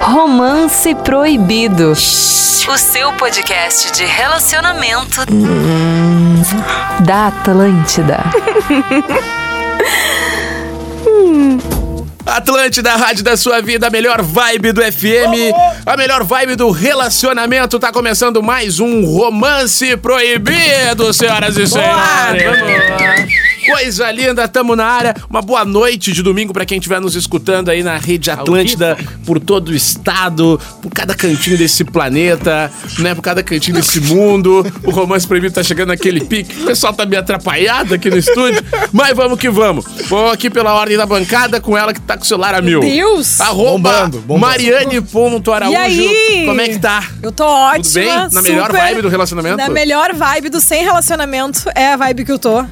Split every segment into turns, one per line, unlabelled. Romance Proibido. O seu podcast de relacionamento da Atlântida.
Atlântida, a rádio da sua vida, a melhor vibe do FM, a melhor vibe do relacionamento. Tá começando mais um Romance Proibido, senhoras e senhores. Vamos lá. Coisa linda, tamo na área. Uma boa noite de domingo pra quem estiver nos escutando aí na Rede Atlântida, por todo o estado, por cada cantinho desse planeta, né? Por cada cantinho desse mundo. O Romance Proibido tá chegando naquele pique. O pessoal tá meio atrapalhado aqui no estúdio, mas vamos que vamos. Vou aqui pela ordem da bancada com ela que tá com o celular a mil.
Deus!
Arroba
Bombando, bombando.
Mariane.araújo.
E aí?
Como é que tá?
Eu tô ótima.
Tudo bem? Na melhor
super-
vibe do relacionamento?
Na melhor vibe do sem relacionamento é a vibe que eu tô.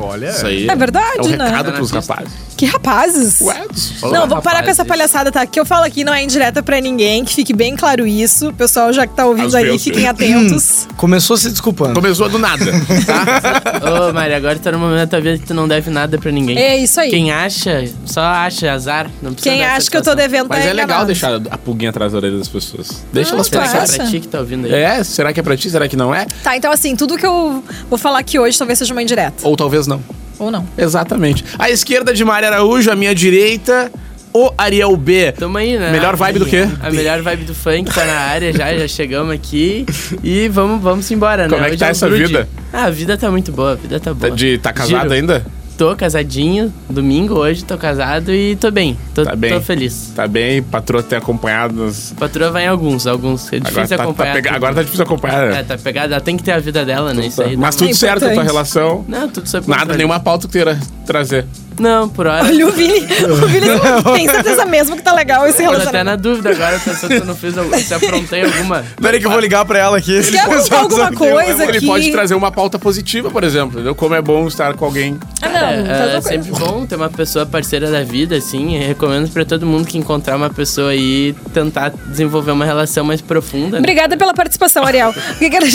Olha.
Isso aí.
É verdade,
é um
né?
recado pros rapazes.
Que rapazes.
Ué,
Não, vou parar com essa palhaçada, tá? Que eu falo aqui não é indireta pra ninguém, que fique bem claro isso. Pessoal, já que tá ouvindo
Aos
aí,
meus Hum.
fiquem
filhos.
atentos.
Começou se desculpando.
Começou do nada, tá?
Ô, Mari, agora tá no momento da tua vida que tu não deve nada pra ninguém.
É isso aí.
Quem acha, só acha azar. Não precisa
Quem
dar
acha que eu tô
satisfação.
devendo
Mas
tá
é legal
enganado.
deixar a pulguinha atrás da orelha das pessoas. Deixa
Ah,
elas
tu
Será que
pensarem.
é pra
acha?
ti que tá ouvindo aí?
É? Será que é pra ti? Será que não é?
Tá, então assim, tudo que eu vou falar aqui hoje talvez seja uma indireta.
Ou talvez não.
Ou não.
Exatamente. À esquerda de Mário Araújo, à minha direita, o Ariel B.
Tamo aí, né?
Melhor vibe do quê?
A melhor vibe do funk tá na área já, já chegamos aqui. E vamos, vamos embora, né?
Como é que tá
um
essa
grude.
vida?
Ah, a vida tá muito boa, a vida tá
Tá,
boa.
de, tá casado
Giro.
ainda?
Tô casadinho, domingo hoje, tô casado e tô bem. Tô,
Tá bem.
tô feliz.
Tá bem, patroa tem acompanhado. Nos...
Patroa vai em alguns, alguns. É
Agora,
difícil
tá,
acompanhar.
tá pega- agora tá difícil acompanhar. né?
É, tá pegada, ela tem que ter a vida dela, né? Isso aí.
Mas
não-
tudo certo a tua
importante.
relação.
Não, é tudo sob
Nada,
controle.
nenhuma pauta que queira trazer.
Não, por hora.
Olha o Vini. O Vini tem certeza mesmo que tá legal esse
Eu tô até
relacionamento.
na dúvida agora, pensando se eu não fiz alguma, se aprontei alguma.
Peraí que
Tá.
eu vou ligar pra ela aqui.
Quer perguntar alguma coisa
Ele
aqui?
pode trazer uma pauta positiva, por exemplo. Entendeu? Como é bom estar com alguém.
Ah,
É,
não. tá
é,
outra coisa.
sempre bom ter uma pessoa parceira da vida, assim. e recomendo pra todo mundo que encontrar uma pessoa aí tentar desenvolver uma relação mais profunda. Né?
Obrigada pela participação, Ariel. O que que era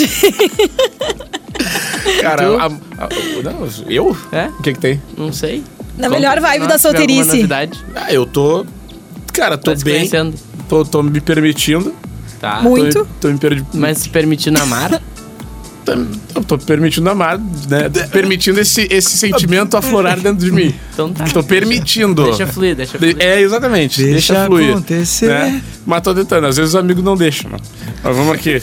Cara,
Tu?
a- a- não, eu?
É?
O que que tem?
Não sei.
Na
Conta
É melhor
pra
vibe
nós
da
se tiver alguma
solteirice.
novidade.
Ah, eu tô. Cara, tô
Tá se
bem.
conhecendo.
Tô, tô me permitindo.
Tá.
Muito.
Tô, tô me per...
Mas se permitindo amar.
tô, tô permitindo amar, né? Permitindo esse, esse sentimento aflorar dentro de mim.
Então tá.
Tô permitindo.
Deixa fluir, deixa
De-
fluir.
É, exatamente. Deixa,
Deixa
fluir.
acontecer.
né? Mas tô tentando, às vezes os amigos não deixam. né? Mas vamos aqui.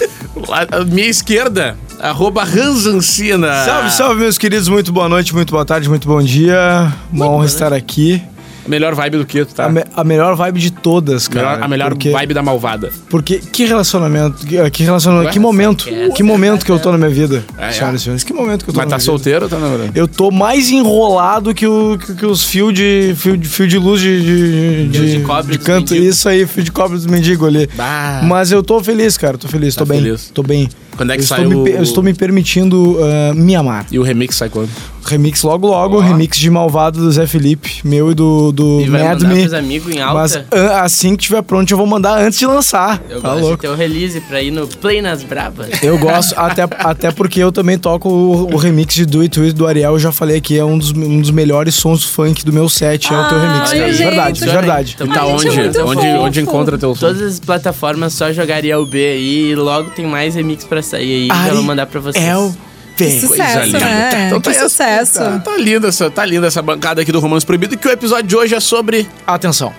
Lá- à minha esquerda, arroba Ranzancina.
Salve, salve, meus queridos. Muito boa noite, muito boa tarde, muito bom dia. Uma honra estar aqui.
Melhor vibe do que tu, tá?
A, me- a melhor vibe de todas, cara.
Melhor- a melhor
porque,
vibe da malvada.
Porque que relacionamento, que, eh, que relacionamento,
Ué?
que momento,
Quer-
que momento que eu tô na minha vida,
É, é.
senhoras e senhores. Que momento que eu tô
Mas
na
tá
minha vida.
solteiro ou tá namorando?
Eu tô mais enrolado que, o, que, que os fios de, fio, de- fio de luz de, de,
Fio de
de-
cobre
de
dos
canto.
mendigos.
Isso aí, fio de cobre dos mendigos ali.
Bah.
Mas eu tô feliz, cara. Tô feliz,
Tá
tô bem.
feliz.
Tô bem.
Quando é que
eu
sai
estou
o-
me, pe- Eu estou me permitindo ah, me amar.
E o remix sai quando?
Remix logo logo, remix de malvado do Zé Felipe, meu e do, do
E vai
Mad
mandar
Me.
pros amigos em alta.
Mas ah, assim que tiver pronto, eu vou mandar antes de lançar.
Eu
tá
gosto
louco?
de um ter o release pra ir no Play nas Brabas.
Eu gosto, até, até porque eu também toco o, o remix de Do It With do Ariel. Eu já falei aqui, é um dos, um dos melhores sons funk do meu set. É o teu
Ah,
remix,
olha,
cara.
gente.
Verdade,
Adorei.
verdade.
Então
E tá
Ai, gente,
onde?
é muito
onde,
fofo.
onde encontra teu som?
Todas as plataformas só jogaria o B aí e logo tem mais remix pra sair aí. Então, Já vou mandar pra vocês.
Ariel,
Que
vem.
Sucesso, né?
Então
que
essa-
sucesso.
Tá, tá linda essa, tá linda essa bancada aqui do Romance Proibido, que o episódio de hoje é sobre
Atenção.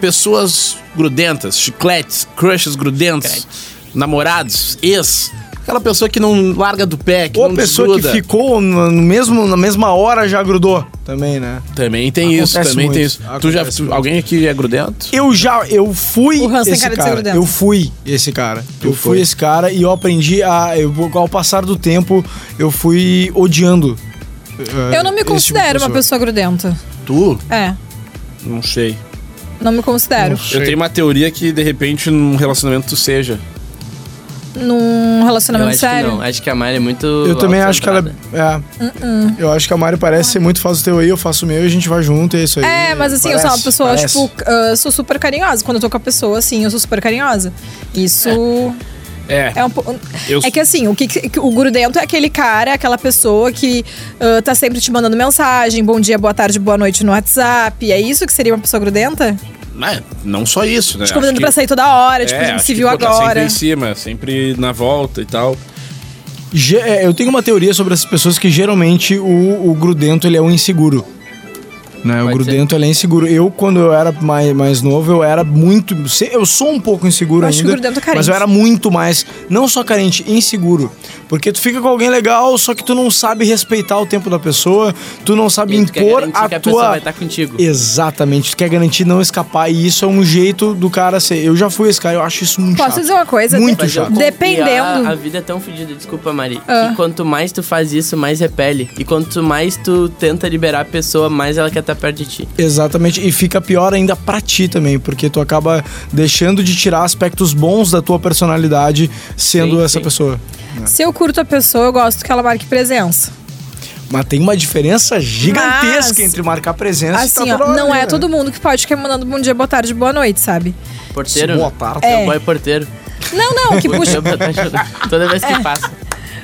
pessoas grudentas, chicletes, crushes grudentos, namorados, ex. Aquela pessoa que não larga do pé, que
Ou
não
pessoa
desgruda.
que ficou no no mesmo, na mesma hora já grudou também, né?
Também tem
Acontece
isso, também tem
muito.
isso. Tu já,
Acontece
tu-
muito.
alguém aqui é grudento?
Eu já, eu fui
O Hans tem
esse
cara
cara.
de ser grudento.
eu fui esse cara. eu fui
foi.
esse cara e eu aprendi a. eu- ao passar do tempo, eu fui odiando. eh,
Eu não me
esse tipo de
considero uma pessoa grudenta.
Tu?
É,
Não sei.
não me considero.
Eu tenho uma teoria que, de repente, num relacionamento tu seja.
Num
Eu
relacionamento
acho
sério.
que não. Acho que a Mari é muito.
Eu também acho que ela. É.
Uh-uh.
Eu acho que a Mari parece ser muito faz o teu aí, eu faço o meu e a gente vai junto, é isso aí.
É, mas assim, eu sou uma
Parece,
pessoa,
parece.
tipo, ah, sou super carinhosa. Quando eu tô com a pessoa, assim, eu sou super carinhosa. Isso
É.
é, um pouco.
Eu-
É que assim, o, que, que- o grudento é aquele cara, aquela pessoa que ah, tá sempre te mandando mensagem, bom dia, boa tarde, boa noite no WhatsApp. É isso que seria uma pessoa grudenta?
né, não só isso, né?
Te
Acho
convidando
que-
pra sair toda hora, tipo,
é,
a gente
acho
se
que
viu
botar Sempre
agora.
em cima, sempre na volta e tal.
Ge- é, Eu tenho uma teoria sobre essas pessoas que geralmente o, o grudento ele é um inseguro. Né? O
Pode
grudento ele é inseguro. Eu, quando eu era mais, mais novo, eu era muito. se- Eu sou um pouco inseguro
Eu acho
ainda.
que o grudento é carente.
Mas eu era muito mais. Não só carente, inseguro. Porque tu fica com alguém legal, só que tu não sabe respeitar o tempo da pessoa, tu não sabe
E tu quer
impor
garantir
a
que a pessoa
tua.
vai tá estar contigo.
Exatamente, tu quer garantir não escapar. E isso é um jeito do cara ser. Eu já fui esse cara, eu acho isso muito
Posso
chato.
dizer uma coisa?
é Muito
Dep-
Mas eu
chato.
confio,
Dependendo.
A, a vida é tão fodida, desculpa, Mari.
Ah.
Que quanto mais tu faz isso, mais repele. E quanto mais tu tenta liberar a pessoa, mais ela quer estar perto de ti.
Exatamente, e fica pior ainda pra ti também, porque tu acaba deixando de tirar aspectos bons da tua personalidade sendo
Sim,
essa
sim.
pessoa.
Se eu curto a pessoa, eu gosto que ela marque presença.
Mas tem uma diferença gigantesca
Mas,
entre marcar presença e
Assim,
tá
ó,
toda hora
não
ali,
é
né?
todo mundo que pode ficar mandando bom dia, boa tarde, boa noite, sabe?
Porteiro.
Boa tarde.
É.
É.
o boy porteiro. é
Não, não, que puxa. É.
Toda vez que passa.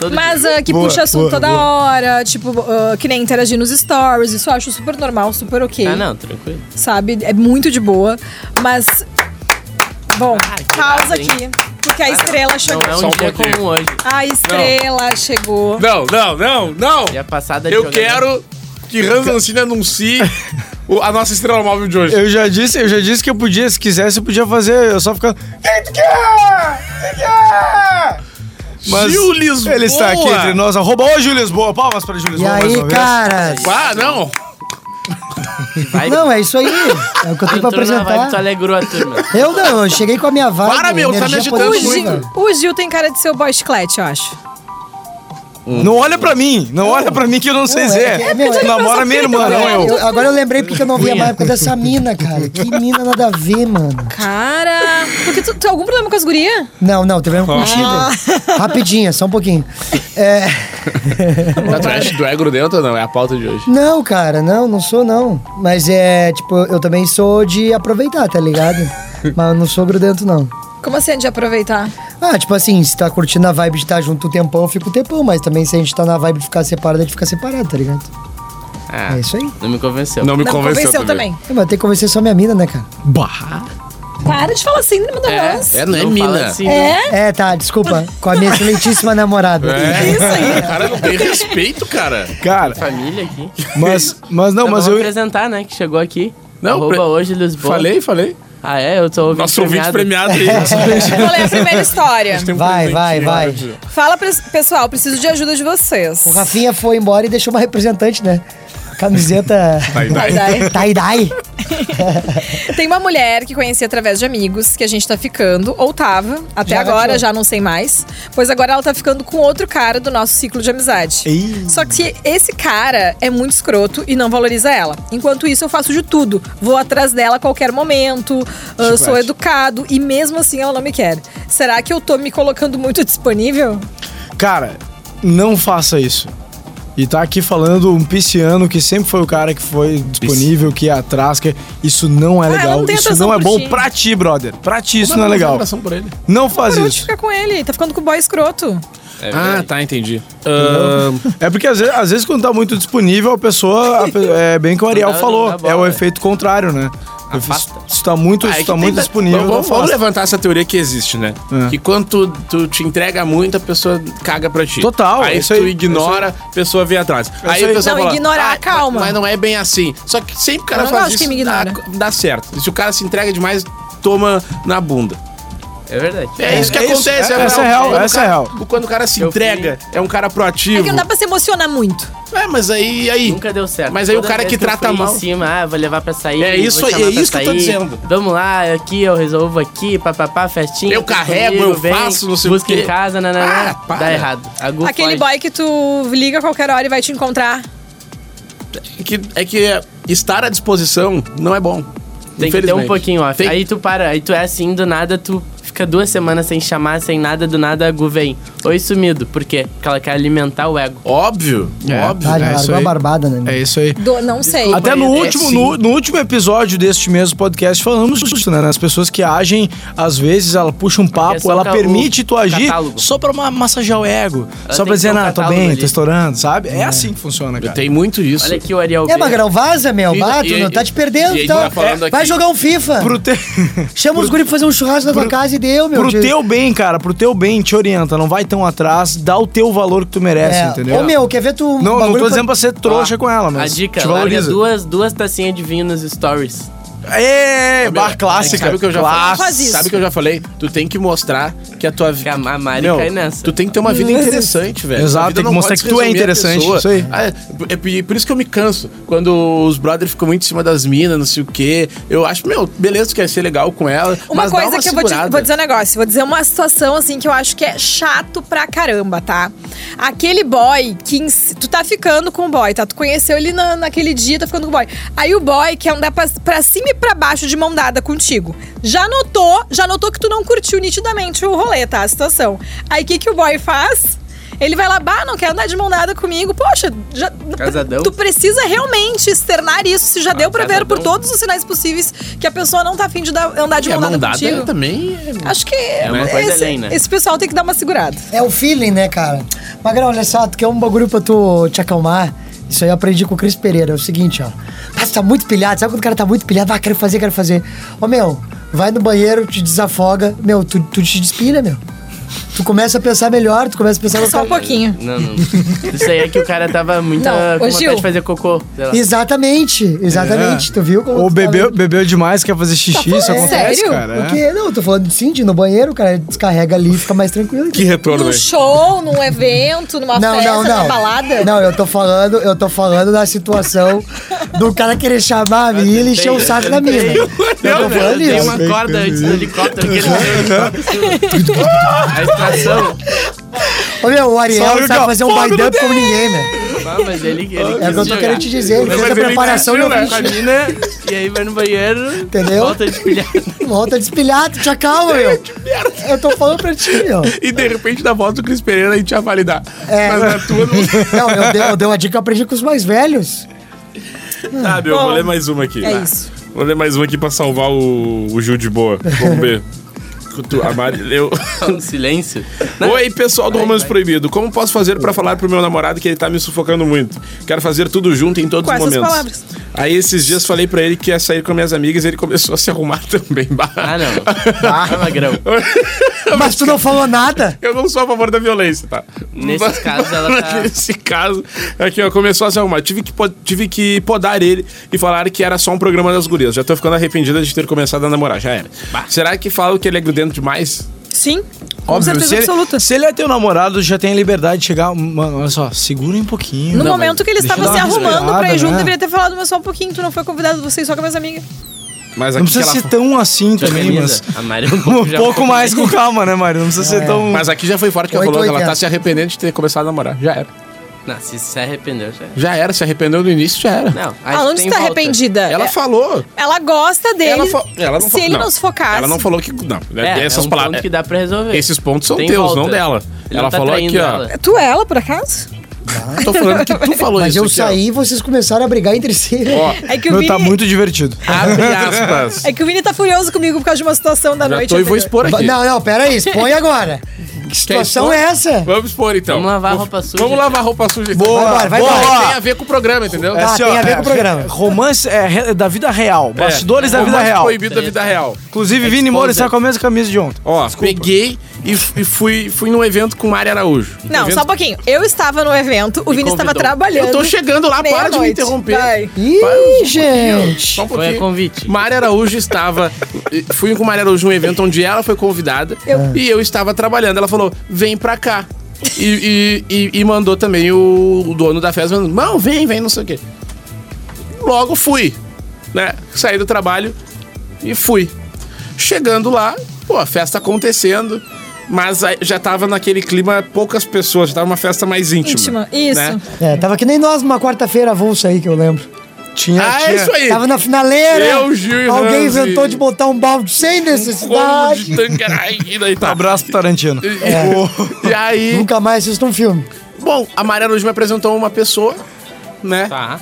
Todo
Mas
dia.
ah, que
Boa,
puxa assunto
boa,
toda
boa.
hora, tipo, ah, que nem interagir nos stories, isso eu acho super normal, super ok.
Ah, não, tranquilo.
Sabe? É muito de boa. Mas. Bom,
que
pausa
irado, hein?
aqui, porque a estrela chegou.
Não é
Só
um
um
dia
pouquinho.
comum hoje.
A estrela chegou.
Não, não, não, não!
Dia passada de
Eu
jogar-
quero que Hans Ancine anuncie o- a nossa estrela móvel de hoje.
Eu já disse, eu já disse que eu podia, se quisesse, eu podia fazer, eu só ficar. Mas
Gil Lisboa!
Ele está aqui entre nós, arroba ô Gil Lisboa, palmas para Gil
E
Lisboa. mais uma
aí,
vez.
caras?
Ah, não!
Vai,
Não, é isso aí. É o que eu tenho pra
entrou na vibe, tá? tu
apresentar.
alegrou a turma.
Eu não, eu cheguei com a minha vibe.
Para, meu, tá me
energia
agitando
O
positiva.
Gil, o Gil tem cara de ser o boy chiclete, eu acho.
Não olha pra mim, não olha pra mim que eu não sei
Não, é
dizer.
que- é meu, é-
Namora minha irmã, não eu.
Eu- agora eu lembrei porque eu não via mais por causa dessa mina, cara. Que mina nada a ver, mano.
Cara. Porque tu tem algum problema com as gurias?
Não, não, teve uma curtida. Rapidinha, só um pouquinho. É,
Tá, tu, é, tu é grudento ou não? É a pauta de hoje.
não, cara, não, não sou não. Mas é, tipo, eu também sou de aproveitar, tá ligado? Mas eu não sou grudento, não.
Como assim, de aproveitar?
Ah, tipo assim, se tá curtindo a vibe de estar junto um tempão, eu fico um tempão. Mas também se a gente tá na vibe de ficar separado, a gente fica separado, tá ligado?
Ah,
É isso aí.
não me convenceu.
Não me
Não,
convenceu,
convenceu
também.
também.
Eu vou ter que convencer só minha mina, né, cara?
Para de falar síndrome do
É,
Hans.
É, não é
fala
mina.
assim,
É?
É, tá, desculpa. Com a minha excelentíssima namorada.
É.
Isso
O
aí.
cara não tem respeito, cara.
Cara,
Família aqui.
mas, mas não,
Então
mas
vamos
eu.
apresentar, né? Que chegou aqui.
Não,
Arroba
pre-
hoje Lisboa.
Falei, falei.
Ah, é? Eu tô ouvindo.
Nosso ouvinte premiado aí.
Vou ler a primeira história.
Tem um
Vai,
presentinho.
vai, vai.
Fala, pres- pessoal, preciso de ajuda de vocês.
O Rafinha foi embora e deixou uma representante, né? Camiseta.
Vai, vai.
Dai.
Tie-dye.
Tem uma mulher que conheci através de amigos, que a gente tá ficando, ou tava, até
Já
agora,
gatilhou.
já não sei mais. Pois agora ela tá ficando com outro cara do nosso ciclo de amizade.
Ei.
Só que esse cara é muito escroto e não valoriza ela. Enquanto isso, eu faço de tudo. Vou atrás dela a qualquer momento, ah, sou educado e mesmo assim ela não me quer. Será que eu tô me colocando muito disponível?
Cara, não faça isso. E tá aqui falando um pisciano que sempre foi o cara que foi disponível, que ia atrás, que isso não é
Ah, eu
legal.
não tenho
isso
atração
não é
por
bom
ti.
pra ti, brother. Pra ti isso não é legal.
Por ele.
é
Não faz
Parou de
isso.
ficar com ele, tá ficando com o boy escroto.
ah, tá, entendi.
É porque às vezes, às vezes quando tá muito disponível, a pessoa. a pe- é bem que o Ariel
dá-
falou.
não dá bola,
é o
velho.
efeito contrário, né? Se tá muito,
Ah, é
se
que
tá
tem
muito
da-
disponível.
Vamos,
não
vamos
faça.
levantar essa teoria que existe, né?
É.
Que quando tu, tu te entrega muito, a pessoa caga pra ti.
Total,
Aí
isso
tu
aí,
ignora, a pessoa vem atrás. Aí
aí.
a pessoa
Não,
fala,
ignorar, calma."
Mas não é bem assim. Só que sempre o cara
Eu não
faz
gosto
isso,
que me
dá-
ignora.
Dá, certo. E se o cara se entrega demais, toma na bunda.
É verdade.
É, isso que
é isso,
acontece.
é- essa é real,
Quando o
essa
cara-
é real.
Quando o cara se
Eu
entrega, é um cara proativo.
É que não dá pra se emocionar muito.
É, mas aí, aí.
Nunca deu certo.
Mas aí o
Toda
cara
vez
que
eu
trata
fui
mal.
Em cima, ah, vou levar pra sair.
É isso
vou
aí,
chamar
é
pra
isso que eu tô
sair,
dizendo.
Vamos lá, aqui eu resolvo aqui, papapá, festinha.
Eu
fica
carrego,
comigo,
eu faço, não sei o
busca
quê.
em casa, nananá.
Para, para.
Dá errado. A Gu
Aquele
foge.
boy que tu liga a qualquer hora e vai te encontrar.
É que, é que estar à disposição não é bom.
Tem que ter um
Infelizmente.
pouquinho off.
Tem-
Aí tu para, aí tu é assim, do nada tu fica duas semanas sem chamar, sem nada, do nada a Gu vem. Oi, sumido. Por quê? Porque ela quer alimentar o ego.
Óbvio, óbvio.
Ah,
É isso
ele largou a
aí.
barbada, né?
É isso aí.
Do- não sei.
Até no
É,
né?
último,
sim.
no, no último episódio deste mesmo podcast, falamos disso, né? As pessoas que agem, às vezes, ela puxa um papo,
questão
ela
é ca-
permite
o
tu agir
catálogo.
só pra ma- massagear o ego. só
tem
pra
que
dizer,
ter um
não, tô
catálogo
bem,
ali."
tô estourando, sabe? É assim que funciona, cara.
Tem muito isso.
Olha aqui o Ariel.
É,
Veiga.
Magrão, vaza, meu.
E-
Bah, tu
e-
não tá te perdendo,
e ele
então.
tá falando
Vai
aqui-
jogar um FIFA.
Pro, te...
Chama os guri pra fazer um churrasco na tua casa e deu, meu.
pro
De-
teu bem, cara, pro teu bem, te orienta. Não vai tão atrás, dá o teu valor que tu merece,
É.
entendeu?
Ô, meu, quer ver tu... um
Não, não
bagulho
tô dizendo pra ser trouxa
Ó,
com ela, mas
Ah, A dica,
te
larga
valoriza.
duas, duas tacinhas de vinho nos stories.
É,
Meu,
bar clássica.
Sabe o que eu já
clássica.
Faz
falei?
isso.
Sabe o que eu já falei? Tu tem que mostrar que a tua
Que a
vida.
a Mari
Meu,
cai nessa.
tu tem que ter uma vida interessante, velho.
Exato,
A vida
tem que
não
mostrar
pode
que tu é
resumir a
interessante,
pessoa.
isso aí.
Ah, é por- é por isso que eu me canso. Quando os brothers ficam muito em cima das minas, não sei o quê. Eu acho, meu, beleza, tu quer ser legal com ela.
Uma
mas dá
coisa
uma
que eu vou, te-
segurada.
vou dizer um negócio, vou dizer uma situação assim que eu acho que é chato pra caramba, tá? Aquele boy que ins- tu tá ficando com o boy, tá? Tu conheceu ele na- naquele dia, tá ficando com o boy. Aí o boy quer andar pra, pra cima e pra baixo de mão dada contigo. Já notou, já notou que tu não curtiu nitidamente o rolê, tá? A situação. Aí o que, que o boy faz? Ele vai lá, bah, não quer andar de mão dada comigo. Poxa, já,
Casadão.
tu precisa realmente externar isso. Se
Ah,
já deu pra ver por
casadão.
todos os sinais possíveis que a pessoa não tá afim de dar- andar de
Que a
mão
mão
dada
dada
contigo.
também. é-
né? Acho que
uma coisa
esse,
além, né?
esse pessoal tem que dar uma segurada.
É o feeling, né, cara? Magrão, olha só, tu quer um bagulho pra tu te acalmar? Isso aí eu aprendi com o Cris Pereira. É o seguinte, ó. Ah, você tá muito pilhado. Sabe quando o cara tá muito pilhado? Ah, quero fazer, quero fazer. Ô, meu, vai no banheiro, te desafoga. Meu, tu, tu te despilha, meu. Tu começa a pensar melhor, tu começa a pensar...
Só um pouquinho.
Não, não. Isso aí é que o cara tava muito
Não, ô,
com vontade
Gil.
de fazer cocô. sei lá.
Exatamente, exatamente. Tu viu como
É. Ou
tu tá
bebeu,
lendo?
bebeu demais, quer fazer xixi, isso
falando
acontece,
sério?
cara. é.
Porque, não, eu tô falando sim, de ir no banheiro, cara, descarrega ali, fica mais tranquilo.
Que retorno,
Num
velho.
show, num evento, numa festa, numa balada.
Não, eu tô falando, eu tô falando da situação do cara querer chamar a mina e encher o saco é da mina. Eu tô falando
Tem
isso.
uma corda antes do helicóptero que ele A estação.
Ô, meu, o
Só
Ariel
eu
sabe
que-
fazer um
Fome
bite
no
up como ninguém, né?
Ah, mas ele, ele
É o que eu tô querendo te dizer. Ele fez a preparação e eu
Com a mina, e aí vai no banheiro,
Entendeu?
né, volta despilhado.
Volta despilhado, te acalma, meu. Eu tô falando pra ti, meu.
E de repente, da volta do Cris Pereira, a gente ia validar.
É.
Mas na tua não.
Não, eu dei, eu dei uma dica que eu aprendi com os mais velhos.
Tá, meu, vou ler mais uma aqui.
É isso.
Vou ler mais uma aqui pra salvar o, o Gil de boa. Vamos ver. Tu- A Mari leu.
Um silêncio. Não,
Oi, pessoal do Romance Proibido. Como posso fazer pra falar pro meu namorado que ele tá me sufocando muito? Quero fazer tudo junto em todos
Com
os
essas
momentos.
palavras.
Aí esses dias falei pra ele que ia sair com minhas amigas e ele começou a se arrumar também. Bah.
Ah, não. Ah, magrão.
Mas tu não falou nada.
Eu não sou a favor da violência, tá?
Nesses casos, ela tá-
Nesse caso, aqui, ó, começou a se arrumar. Tive que, po- tive que podar ele e falar que era só um programa das gurias. Já tô ficando arrependida de ter começado a namorar, já era. Será que falo que ele é grudento demais?
Sim. Com
Óbvio,
certeza
se ele,
absoluta.
se ele é teu namorado, já tem a liberdade de chegar. Mano, olha só, segura um pouquinho.
No
Não,
momento
mas
que ele
deixa eu
estava se
dar uma
arrumando pra
respirada,
ir junto,
né?
deveria ter falado, mas só um pouquinho, tu não foi convidado, você só com as amigas.
Mas
Não
aqui, que
precisa
ela,
ser tão assim
Te
também, mas.
organiza. A Mari é um pouco,
Um
já
pouco mais com calma, né, Mário? Não precisa
É.
ser tão.
então, mas aqui já foi forte que ela
É. Oito,
falou que ela tá
oitenta.
se arrependendo de ter começado a namorar. Já era.
Não, se se arrependeu, já.
Já era, se arrependeu no início, já era.
Não, aí
Ela não
tem
está
volta.
arrependida.
Ela
É-
falou.
ela gosta dele.
Ela, fa- ela
se
fa-
ele não se focasse.
Ela não falou que. Não,
É, é
essas
um ponto
palavras.
que dá pra resolver.
Esses pontos são
Tem
teus,
volta.
não dela.
Ele
ela
não tá
falou
traindo
aqui, ó.
ela.
Tu é ela, por acaso?
Tô falando que tu falou
Mas
isso.
eu
aqui, ó.
saí e vocês começaram a brigar entre si.
Ó,
É que o
Meu,
Vini.
tá muito divertido.
abre aspas.
É que o Vini tá furioso comigo por causa de uma situação da
Já
noite.
tô e vou
anterior.
expor aqui.
Não, não, pera aí, expõe agora. Que situação
expor?
é essa?
Vamos expor então.
Vamos lavar a roupa suja.
Vamos lavar a roupa suja. então.
Boa,
Vai embora, vai
boa.
embora.
Tem a ver com o programa, entendeu?
Ah,
assim,
tem
ó,
a ver com o
é,
programa.
Romance é, re- da vida real. Bastidores da vida
Romance
real.
Proibido da vida real.
Inclusive, Vini Moura está com a mesma camisa de ontem.
Ó, peguei e, f- e fui, fui num evento com Mário Araújo.
Não,
evento...
só um pouquinho. Eu estava no evento, o Vini estava
convidou.
trabalhando.
Eu tô chegando lá, Ah, para de me
Meia-noite.
interromper. um
Vai.
Ih, gente.
Só um
Foi a
pouquinho.
convite.
Maria Araújo estava. Fui com Maria Araújo num evento onde ela foi convidada e eu estava trabalhando. Ela falou: vem pra cá. E, e- e- e mandou também o, o dono da festa falando: não, vem, vem, não sei o quê. Logo fui, né? Saí do trabalho e fui. Chegando lá, pô, a festa acontecendo. Mas aí já tava naquele clima, poucas pessoas, já tava uma festa mais íntima.
Íntima, isso.
né?
É, tava que nem nós numa quarta-feira avulsa aí que eu lembro.
Tinha,
Ah,
tinha
é isso aí.
Tava na finaleira.
Eu, Gil e
Alguém
Ranzi.
inventou de botar um balde sem
Como de
necessidade.
tangarai, e daí tá.
Um Abraço pro Tarantino.
E, e- e aí,
Nunca mais assisto um filme.
bom, a Maria Luz me apresentou uma pessoa, né?
Tá.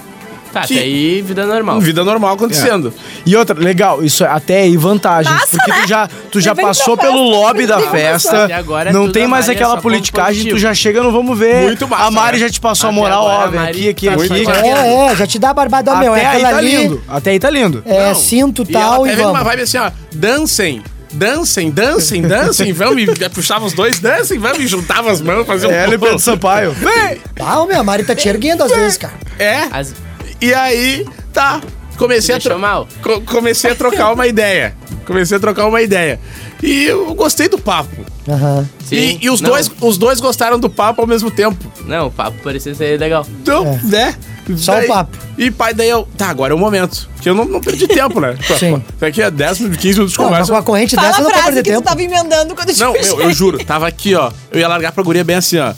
Tá,
Que-
até aí vida normal.
Vida normal acontecendo.
E outra, legal, isso é até aí vantagem.
Massa,
porque tu já, tu já
né? Vem pra
passou pelo
festa, né?
lobby da
vem pra
festa.
Até agora é
não
tudo
tem
a
mais
Mari, é só
aquela
ponto
politicagem, tu
positivo.
já chega no vamos ver.
Muito massa,
A Mari
né?
já te passou a
Até
moral,
agora
ó,
a
vem
Mari
aqui, aqui,
tá
aqui.
só
aqui.
Tá
É, é, já te dá a barbada, ó, meu.
Até
É
aí
aquela
tá
ali.
lindo. Até aí tá lindo.
É,
Não.
cinto
E ela
tal
até
e
veio
vamos.
numa vibe assim, ó, dancem. Dancem, dancem, dancem, vamos, e puxava os dois, dancem, vamos, e juntava as mãos, fazia um
É, ele e Pedro Sampaio. Vem!
Ah, meu, a Mari tá te erguendo às vezes, cara.
É,
As...
e aí, tá, comecei a,
Deixou
tro-
mal.
co- comecei a trocar uma ideia, comecei a trocar uma ideia, e eu gostei do papo,
Aham.
Sim,
e, e os,
não,
dois, os dois gostaram do papo ao mesmo tempo,
Não, o papo parecia ser legal.
Então, né?
É. Só o papo.
E pai, daí eu. Tá, agora é o momento. Que eu não, não perdi tempo, né?
Sim.
Daqui a 10, 15 minutos de
Não, tá mas
conversa.
com a corrente
Fala
dessa
a
não vai
frase
perder
que tu tá
tempo.
tava emendando quando eu te
Não,
puxei.
eu, eu juro, tava aqui, ó. Eu ia largar pra guria bem assim, ó.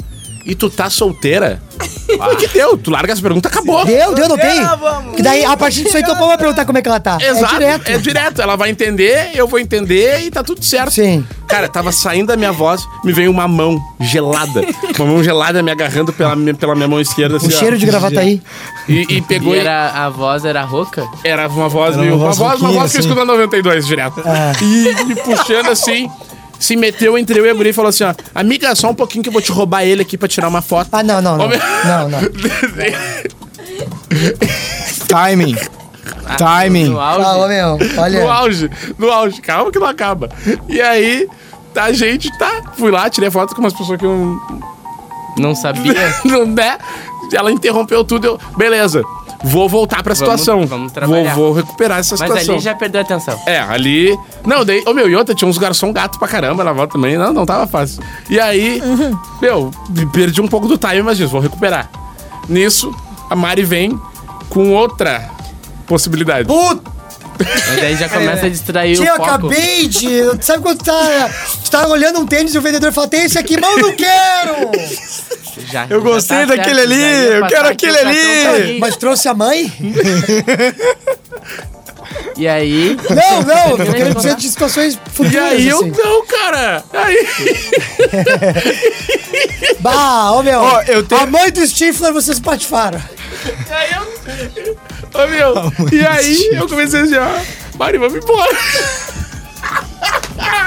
E tu tá solteira? Ah. que deu? Tu larga essa pergunta, acabou.
Deu, deu, não tem? Que daí, a partir disso aí, então, vai perguntar como é que ela tá.
Exato.
É direto.
Ela vai entender, eu vou entender e tá tudo certo.
Sim.
Cara, tava saindo da minha voz, me veio uma mão gelada. Uma mão gelada me agarrando pela, minha- pela minha mão esquerda, assim,
O Um cheiro
ó.
de gravata aí.
E, e pegou
E
e-
era, a voz era rouca.
Era uma voz
Era
meio.
uma
Uma
voz
voz, uma
rouquinha,
voz que eu
assim. É.
escuto na 92 direto. E, e puxando assim, se meteu entre eu e a guria e falou assim: ó, amiga, só um pouquinho que eu vou te roubar ele aqui pra tirar uma foto.
Ah, não, não, não.
Ô, meu-
Não, não.
Timing. Timing.
No auge.
Ah, ô, meu,
no
olha.
auge, no auge, calma que não acaba. E aí, a gente tá. Fui lá, tirei foto com umas pessoas que não.
Não sabia.
não né? Ela interrompeu tudo, eu. Beleza, vou voltar pra situação.
vamos trabalhar.
Vou, vou recuperar essa
Mas
situação.
ali já perdeu a atenção.
É, ali. Não, daí. Ô meu, e outra, tinha uns garçom gato pra caramba na volta também. Não, não tava fácil. E aí,
Uhum.
meu, perdi um pouco do time, mas disse, vou recuperar. Nisso, a Mari vem com outra possibilidade.
Puta,
Mas aí já começa a distrair
eu
o foco.
acabei de. Tu Sabe quando tu tá, tu tá olhando um tênis e o vendedor fala: tem esse aqui, mas eu não quero!
Já-
Eu
já tá
gostei
certo,
daquele ali,
já ia
eu
passar
quero
aqui um
aquele
o cartão
ali.
pra alguém.
Mas trouxe a mãe?
E aí,
Não, não, eu quero dizer de situações futuras.
E aí eu.
assim.
Não, cara! Aí.
Bah, ô meu.
Ó, eu tenho-
A mãe do Stifler, vocês patifaram.
Ô meu. e aí eu comecei assim, ó. Mari, vamos embora.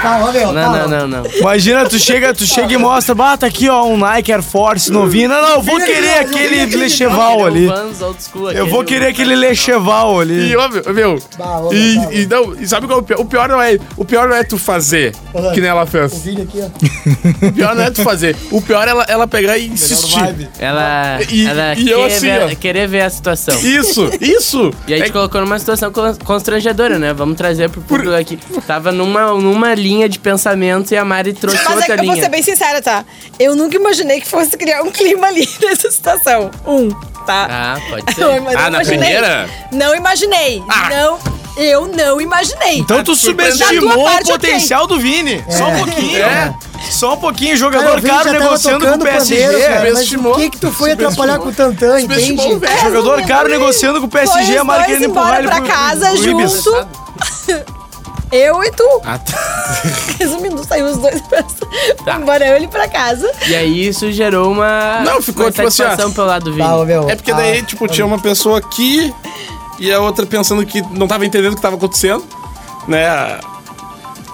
Calma, Tá, meu.
não,
calma.
não, não, não.
Imagina, tu chega, tu chega e mostra, bata aqui, ó, um Nike Air Force novinho. Não, não, eu vou querer aquele Lecheval ali.
Aquele é um Vans old school,
Eu
aquele-
vou querer aquele Lecheval ali.
E, ó, meu, meu.
Bah, ô,
e,
meu, tá,
e não, e sabe qual é o pior? O pior não é, o pior não é tu fazer,
Olha.
que nem ela fez.
Vídeo aqui, ó.
O pior não é tu fazer. O pior é ela, ela pegar e insistir.
Ela,
E-
ela
e eu
querer,
assim,
ver,
ó.
querer ver a situação.
Isso, isso. É
E aí a gente colocou numa situação con- constrangedora, né? Vamos trazer pro público aqui. Tava numa, numa linha de pensamento e a Mari trouxe
Mas
outra
é, eu vou
linha.
ser bem sincera, tá? Eu nunca imaginei que fosse criar um clima ali nessa situação. Um, tá?
Ah, pode ser.
Eu não
Ah, na
imaginei.
primeira?
Não imaginei.
Ah.
Não, eu não imaginei.
Então tu
Da
subestimou
tua
o
parte,
potencial do Vini. Só um pouquinho.
É.
Só um pouquinho.
Cara,
Jogador
o Vini
caro
já tava
negociando com
tocando
o PSG.
pandeiro, cara, mas
Subestimou.
O que que tu foi
Subestimou.
atrapalhar com o Tantan, entende?
Subestimou o velho.
É, Jogador caro negociando com o PSG.
Foi
A
os
Mari
dois
querendo
embora
empurrar ele
pra
pro-
casa
pro Ibis.
junto. Eu e tu.
Ah, tá.
Resumindo, saiu os dois pra...
Tá.
Embora eu e ele pra casa.
E aí isso gerou uma,
Não, ficou
uma
tipo assim, ó.
satisfação pelo lado do Vini.
Ah, ô, meu.
É porque daí,
ah,
tipo, tinha uma pessoa aqui e a outra pensando que não tava entendendo o que tava acontecendo, né?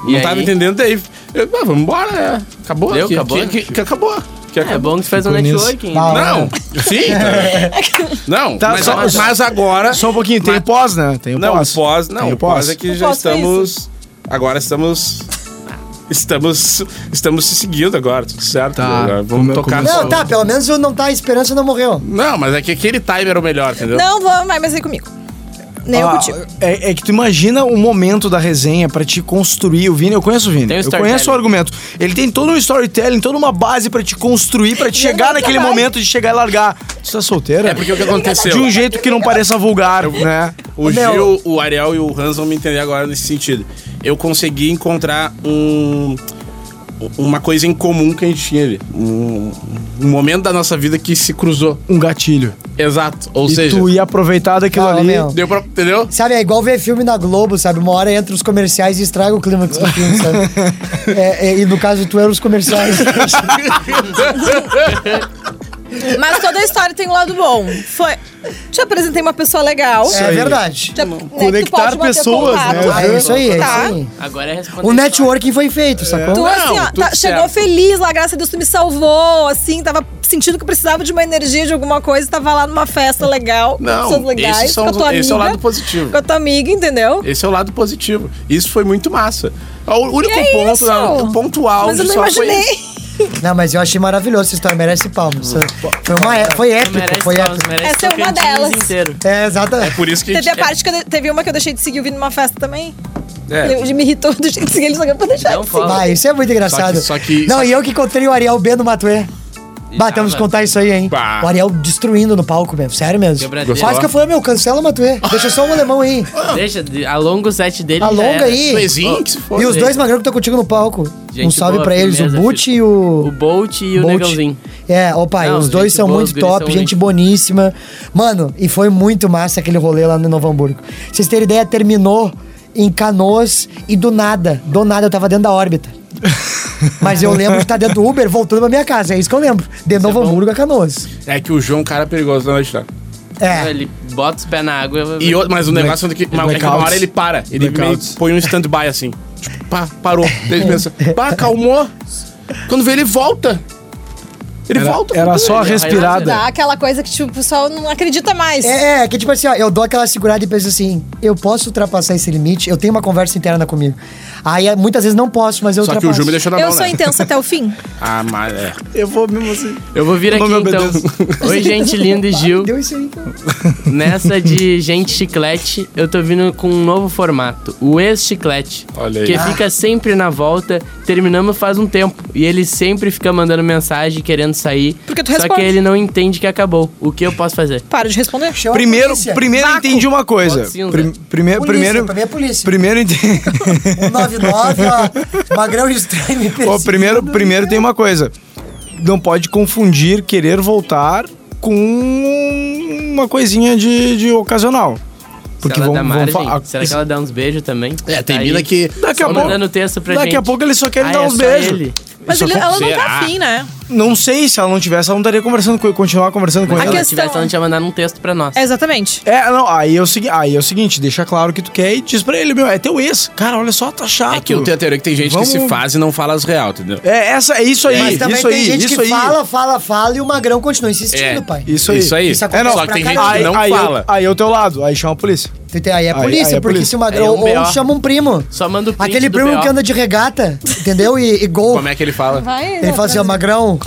E
não tava
aí?
entendeu? entendendo, daí. Eu, ah, vamos embora, né? Acabou?
Deu,
que,
acabou,
Que,
né?
que- que acabou. Que
É
acabou.
bom que tu fez um
nisso.
networking.
Tá.
Não, sim. tá. Não,
Tá,
mas,
só-
mas- mas agora.
Só um pouquinho. Tem o pós, né? Tem o
Não,
pós.
o pós. Não,
Tem
o pós é que
O
já
pós foi
estamos. Agora estamos. Estamos. Estamos se seguindo agora, tudo certo?
Tá.
Agora Vamos
Como-
tocar
como-
nessa-
Não, tá, pelo menos eu não tá, a esperança não morreu.
Não, mas é que aquele time era o melhor, entendeu?
Não vamos mais mas vem comigo. Nem eu
Ah,
contigo.
É, é que tu imagina o momento da resenha pra te construir. O Vini, eu conheço o Vini.
Tem o
eu
storytelling.
conheço o argumento. Ele tem todo um storytelling, toda uma base pra te construir, pra te
E eu
chegar
não
naquele
trabalho.
momento de chegar e largar. Tu tá solteira?
É porque o que aconteceu?
De um jeito que não pareça vulgar, né?
O
Meu.
Gil, o Ariel e o Hans vão me entender agora nesse sentido. Eu consegui encontrar um. uma coisa em comum que a gente tinha ali. Um, um momento da nossa vida que se cruzou.
Um gatilho.
Exato. Ou
e
seja,
tu ia aproveitar daquilo
Não,
ali.
meu.
deu pra. Entendeu?
Sabe, é igual ver filme na Globo, sabe? Uma hora entra os comerciais e estraga o clímax do filme, sabe? É, é, e no caso, tu era os comerciais.
Mas toda a história tem um lado bom. Foi. Te apresentei uma pessoa legal.
é verdade.
Te- né, que tu
Conectar
pode manter
pessoas, né?
contato.
É isso aí, é
Tá.
isso aí.
Agora é responder.
O networking foi feito, sacou?
Tu,
Não,
assim, ó,
tudo
tá-
certo.
chegou feliz lá, graças a Deus, tu me salvou, assim, tava sentindo que precisava de uma energia, de alguma coisa, tava lá numa festa legal, com
Não,
pessoas legais,
esses são
com a
os-
tua
esse é o
amiga,
lado positivo.
Com a tua amiga, entendeu?
Esse é o lado positivo. Isso foi muito massa. O único
E é
ponto, né?
isso.
da, o ponto auge
Mas eu não
só foi
imaginei.
isso.
Não, mas eu achei maravilhoso essa história, merece palmas. Foi, uma, é- foi
merece
épico, foi
palmas,
épico.
merece
Essa é uma
Tocantins
delas.
Inteiro.
É, exatamente.
Por isso que a
Teve
gente,
a parte que eu de- teve uma que eu deixei de seguir ouvindo numa festa também.
É.
Eu- me irritou do jeito que ele só que eu vou deixar.
Não
de
fala.
Vai, isso é muito engraçado.
Só que- só que-
Não,
só
e eu que encontrei o Ariel B no Matuê. Bah,
tava-
temos que contar isso aí, hein?
Bah.
O Ariel destruindo no palco mesmo, sério mesmo.
Quebradeira.
Quase que eu falei, meu, cancela o Matuê. Deixa só um alemão aí.
Deixa, de- alonga o set dele. já
Alonga
era.
aí.
Coisinha que se for.
E os dois magrão que estão contigo no palco.
Gente
um salve
boa,
pra eles,
firmeza,
o Butch
filho.
e
O
o.
Bolt e o
Bolt.
Negãozinho.
É, ó pai,
Não,
os dois
gente
são
boa, os
muito
guris
top,
são
gente boníssima. Mano, e foi muito massa aquele rolê lá no Novo Hamburgo. Pra vocês terem ideia, terminou em canoas e do nada, do nada eu tava dentro da órbita. Mas eu lembro de estar dentro do Uber voltando pra minha casa, é isso que eu lembro. De Novo Hamburgo a canoas.
É que o João é um cara perigoso na noite, tá?
É.
Ele bota os pés na água.
E outro, mas o negócio é que, mas é que uma
blackouts.
hora ele para. Ele meio
Blackouts.
põe um stand-by assim. Tipo, pá, parou. Daí ele pensa, pá, acalmou. Quando vê, ele volta. Ele
Era,
volta.
era só a
Ele é
respirada.
Dá aquela coisa que tipo, o pessoal não acredita mais.
É, é, que tipo assim, ó, eu dou aquela segurada e penso assim, eu posso ultrapassar esse limite? Eu tenho uma conversa interna comigo. Aí é, muitas vezes não posso, mas eu
Só que o
ultrapasso.
Ju me deixou na
eu
um
mão,
sou
né?
intensa até o fim.
Ah, mas é.
Eu vou mesmo assim.
Eu vou vir
Eu
aqui
não me
então.
obedeço.
Oi, gente linda e Gil.
Deu isso aí, então.
Nessa de gente chiclete, eu tô vindo com um novo formato, o ex-chiclete.
Olha aí.
Que
Ah.
fica sempre na volta, terminamos faz um tempo. E ele sempre fica mandando mensagem, querendo sair.
Porque tu
só
responde.
que ele não entende que acabou. O que eu posso fazer?
Para de responder.
Chama a
Primeiro,
polícia.
primeiro
Vácuo.
entendi uma coisa.
Pode sim,
Prim-
Zé.
primeiro,
Polícia,
primeiro,
pra mim é polícia.
primeiro entendi.
199, ó. Magrão estranho me
Pô,
perseguindo.
primeiro, primeiro tem uma coisa. Não pode confundir querer voltar com uma coisinha de, de ocasional. Porque
Será
vão,
ela dá
vão
margem?
falar-
Será que ela dá uns beijos também?
É, tem
Tá
mina
aí.
que.
Daqui a
Só
pouco-
mandando texto pra
Daqui
gente.
a pouco ele só quer
Ah,
dar
é
uns
só
beijos.
ele?
Mas
Só
ele-
com-
ela não tá
Será?
afim, né?
Não sei se ela não tivesse, ela não estaria conversando com continuar conversando com
A
Mas se
ele.
ela
questão-
tivesse, ela não tinha mandado um texto pra nós.
Exatamente.
É, não, aí é, o segui- aí é o seguinte, deixa claro que tu quer e diz pra ele, meu, é teu ex. Cara, olha só, tá chato.
É que o teatro é que tem gente que se
Vamos-
faz e não fala as real, entendeu?
É, essa, é isso aí,
Mas também
isso
tem
aí,
gente
isso
que
aí.
fala, fala, fala e o Magrão continua insistindo,
É.
pai.
Isso aí.
Isso aí.
Isso
é, não,
acontece
só que
pra
tem gente
caralho.
que não
aí,
fala.
aí é o teu lado, aí chama a polícia.
Entendeu? Aí é a
Aí-
polícia,
aí é a
porque
polícia.
se o Magrão
Aí é um
ou
BO.
chama um primo.
Só manda o print
Aquele
do
primo
BO.
que anda de regata, entendeu? E, e gol.
Como é que ele fala?
Vai.
Ele fala assim, ó, Magrão,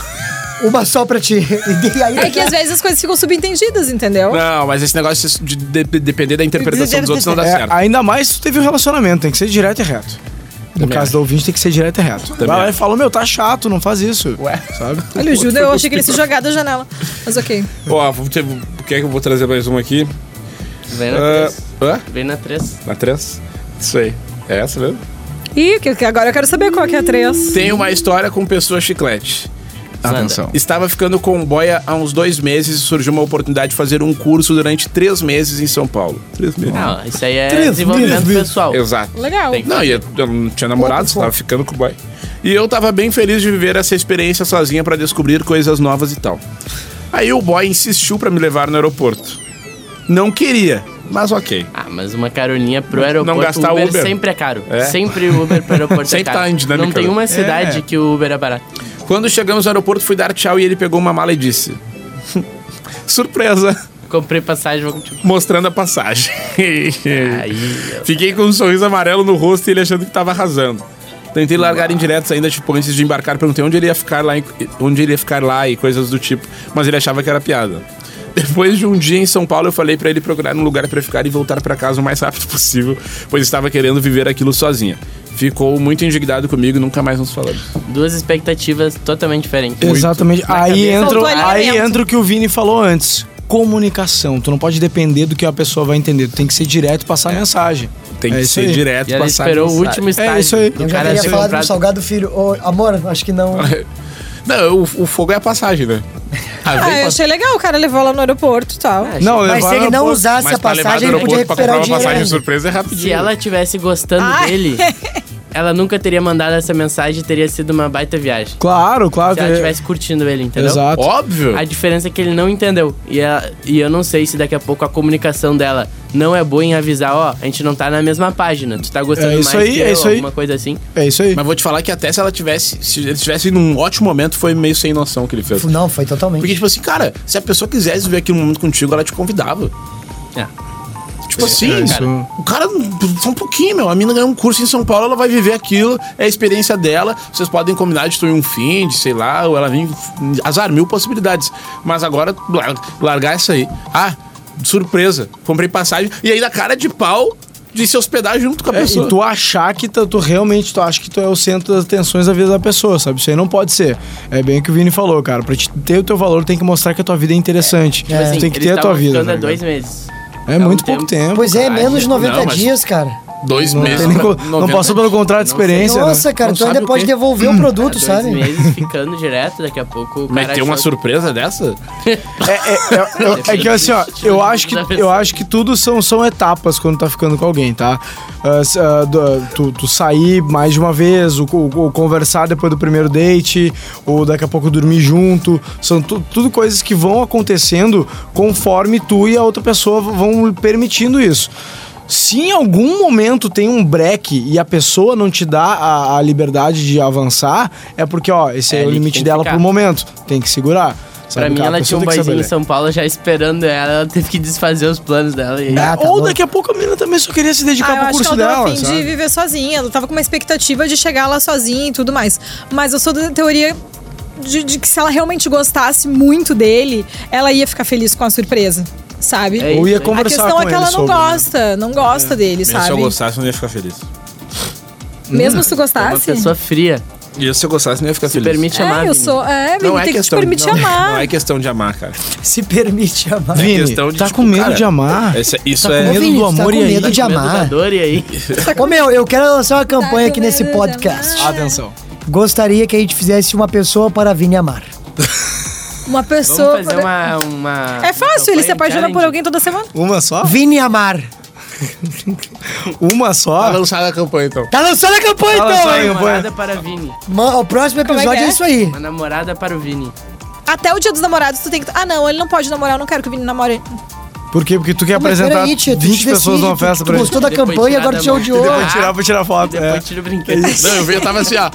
uma só pra ti. E aí,
É que às vezes as coisas ficam subentendidas, entendeu?
Não, mas esse negócio de, de- de- depender da interpretação dos outros não dá
É,
Tá certo.
ainda mais se tu teve um relacionamento, tem que ser direto e reto. No
Também
caso
acho.
do ouvinte, tem que ser direto e reto. Vai lá
acho. tá
e fala, meu, tá chato, não faz isso. Ué. Sabe?
Olha, o Júlio, eu achei que ele ia se jogar da janela. Mas ok.
Ó, vou ter- o que é que eu vou trazer mais um aqui?
Vem na
Ah,
três.
hã?
Vem na 3.
Na três? Isso aí. É essa mesmo?
Ih, que- que agora eu quero saber qual que é a três.
Tem uma história com pessoa chiclete.
Atenção.
Estava ficando com um boia há uns dois meses e surgiu uma oportunidade de fazer um curso durante três meses em São Paulo. Três meses.
Não, isso aí é
Três
desenvolvimento
meses.
pessoal.
Exato.
Legal.
Tem que
Não, e eu, eu não tinha namorado, estava ficando com o boy. E eu tava bem feliz de viver essa experiência sozinha para descobrir coisas novas e tal. Aí o boy insistiu para me levar no aeroporto. Não queria, mas ok.
Ah, mas uma carolinha pro aeroporto.
não gastar
Uber,
Uber.
sempre é caro.
É.
Sempre o Uber pro aeroporto
Sempre
é
tá
caro.
em dinâmica,
Não tem
né?
uma cidade
É.
que o Uber é barato.
Quando chegamos no aeroporto, fui dar tchau e ele pegou uma mala e disse: Surpresa!
Comprei passagem, vou contigo.
Mostrando a passagem.
Aí,
Fiquei com um sorriso amarelo no rosto e ele achando que tava arrasando. Tentei largar indiretos ainda, tipo, antes de embarcar, perguntei onde ele ia ficar lá, em- onde ele ia ficar lá e coisas do tipo, mas ele achava que era piada. Depois de um dia em São Paulo, eu falei pra ele procurar um lugar pra ficar e voltar pra casa o mais rápido possível, pois estava querendo viver aquilo sozinha. Ficou muito indignado comigo, e nunca mais nos falamos.
duas expectativas totalmente diferentes.
Exatamente. Aí,
cabeça.
entra,
Faltou
aí
alinhamento.
entra o que o Vini falou antes. Comunicação. Tu não pode depender do que a pessoa vai entender. Tu tem que ser direto e passar a mensagem.
tem
É
que
isso
ser
aí.
direto
E ela
passar
esperou o
mensagem.
último estágio.
isso aí.
do
Eu
Eu já
cara
teria
ter
falado pro
comprado.
salgado filho. Ô, amor, acho que não.
Não, o, o fogo é a passagem, né? A
Ah,
vez
eu
passa-
achei legal, o cara levou lá no aeroporto e tal.
Não,
Mas se
levaram
ele
a
não
boa-
usasse
Mas
a
pra levar do
passagem, ele podia
aeroporto pra comprar
recuperar o
uma
dinheiro.
passagem
ainda.
surpresa é rapidinho.
Se ela tivesse gostando
Ai.
dele, ela nunca teria mandado essa mensagem e teria sido uma baita viagem.
Claro, claro.
Se ela
é-
tivesse curtindo ele, entendeu?
Exato.
Óbvio.
A diferença é que ele não entendeu. E, ela- e eu não sei se daqui a pouco a comunicação dela não é boa em avisar, ó, a gente não tá na mesma página. Tu tá gostando
É isso
mais
aí,
que
é
eu,
isso aí.
alguma coisa assim.
É isso aí.
Mas vou te falar que até se ela tivesse. Se ele tivesse num ótimo momento, foi meio sem noção que ele fez.
Não, foi totalmente.
Porque, tipo assim, cara, se a pessoa quisesse vir aqui no momento contigo, ela te convidava.
É.
Tipo assim,
é,
cara, o cara, só um pouquinho, meu. A mina ganhou um curso em São Paulo, ela vai viver aquilo, é a experiência dela. Vocês podem combinar de tu ir um fim, de sei lá, ou ela vem. Azar, mil possibilidades. Mas agora, lar- largar essa aí. Ah, surpresa, comprei passagem. E aí, da cara de pau, de se hospedar junto com a
É,
pessoa.
e tu achar que tá- tu, tu realmente tu acha que tu é o centro das atenções da vida da pessoa, sabe? Isso aí não pode ser. É bem o que o Vini falou, cara. Pra te ter o teu valor, tem que mostrar que a tua vida é interessante.
Tipo assim,
tu tem que
eles
ter a tua
estavam
vida.
ficando há
tá
dois
ligado?
meses.
é
há um
muito pouco
tempo.
tempo.
Pois é,
Caralho.
menos de 90
Não, mas-
dias, cara.
Dois
Não,
meses.
tem nem
pra
co- não
90
passou pelo contrato de
Não sei.
experiência, né?
Nossa, cara,
Não
tu ainda
sabe o
pode
quê. Hum, é
devolver o
Há
produto,
dois
sabe?
meses ficando direto, daqui a pouco o cara
Meter uma
achou-
surpresa dessa?
É, é, é, é que assim, ó, eu acho que, eu acho que tudo são, são etapas quando tá ficando com alguém, tá? Ah, s- ah, do- tu, tu sair mais de uma vez, o, o- o conversar depois do primeiro date, ou daqui a pouco dormir junto. São tu- tudo coisas que vão acontecendo conforme tu e a outra pessoa v- vão permitindo isso. Se em algum momento tem um break e a pessoa não te dá a, a liberdade de avançar, é porque, ó, esse
É
é, o
ali que tem
limite
que
dela
ficar.
pro momento. Tem que segurar.
Pra
sabe,
mim,
cara? A
ela tinha
pessoa
um
tem que saber
boyzinho em
ler.
São Paulo já esperando ela, ela teve que desfazer os planos dela. E aí,
Ah, tá
É, Ou
louco.
daqui a pouco a menina também só queria se dedicar
Ah, eu
pro
acho que
curso
ela tava
dela.
afim de
sabe?
viver sozinha. Ela tava com uma expectativa de chegar lá sozinha e tudo mais. Mas eu sou da teoria de, de que se ela realmente gostasse muito dele, ela ia ficar feliz com a surpresa, sabe?
É
Ou ia
isso É. aí.
a
conversar
questão
com
é que
ele
ela não
sobre, né?
gosta, não gosta dele,
Se eu
sabe?
gostasse, eu não ia ficar feliz.
Mesmo se tu
é uma
gostasse.
pessoa fria.
Ah,
E se eu gostasse, eu não ia ficar
Se
feliz.
permite amar.
É, eu
Vini.
sou. É, Vini,
Não é
tem que te
questão
permitir
não,
amar.
Não é questão de amar, cara.
Se permite amar.
É
Vini,
questão de,
tá
tipo,
com medo
cara,
de amar?
esse- isso
Tá com
é.
medo
do
Ô, Vinícius, tá
amor
com
e aí?
medo de
Tá com medo da
amar.
dor, e aí?
Ô, meu, eu quero lançar uma campanha
Tá
aqui
com
nesse
medo de
podcast.
é,
Atenção.
Gostaria que a gente fizesse uma pessoa para Vini amar.
Uma
Vamos
pessoa.
fazer uma, uma-
É fácil, ele
uma
se apaixona
challenge.
por alguém toda semana.
Uma só?
Vini amar.
Uma
Tá
só?
lançada a campanha, então.
Tá lançando a campanha,
Tá
então,
lançando a
hein?
Uma namorada para Vini.
Ma- O próximo
Como é que
episódio é,
é?
isso aí.
Uma namorada para o Vini.
Até o dia dos namorados, tu tem que. Ah, não, ele não pode namorar, eu não quero que o Vini namore.
Por quê? Porque tu quer
Mas
apresentar
peraí, tia, tu
20
te
pessoas
decide,
numa
tu-
festa
tu
pra gente.
gostou da
Depois
campanha,
tirar
agora
da
te
mão.
odiou.
Depois tirar pra tirar
E
foto.
Depois
É.
tira o brinquedo.
Não, eu vi, eu tava assim, ó.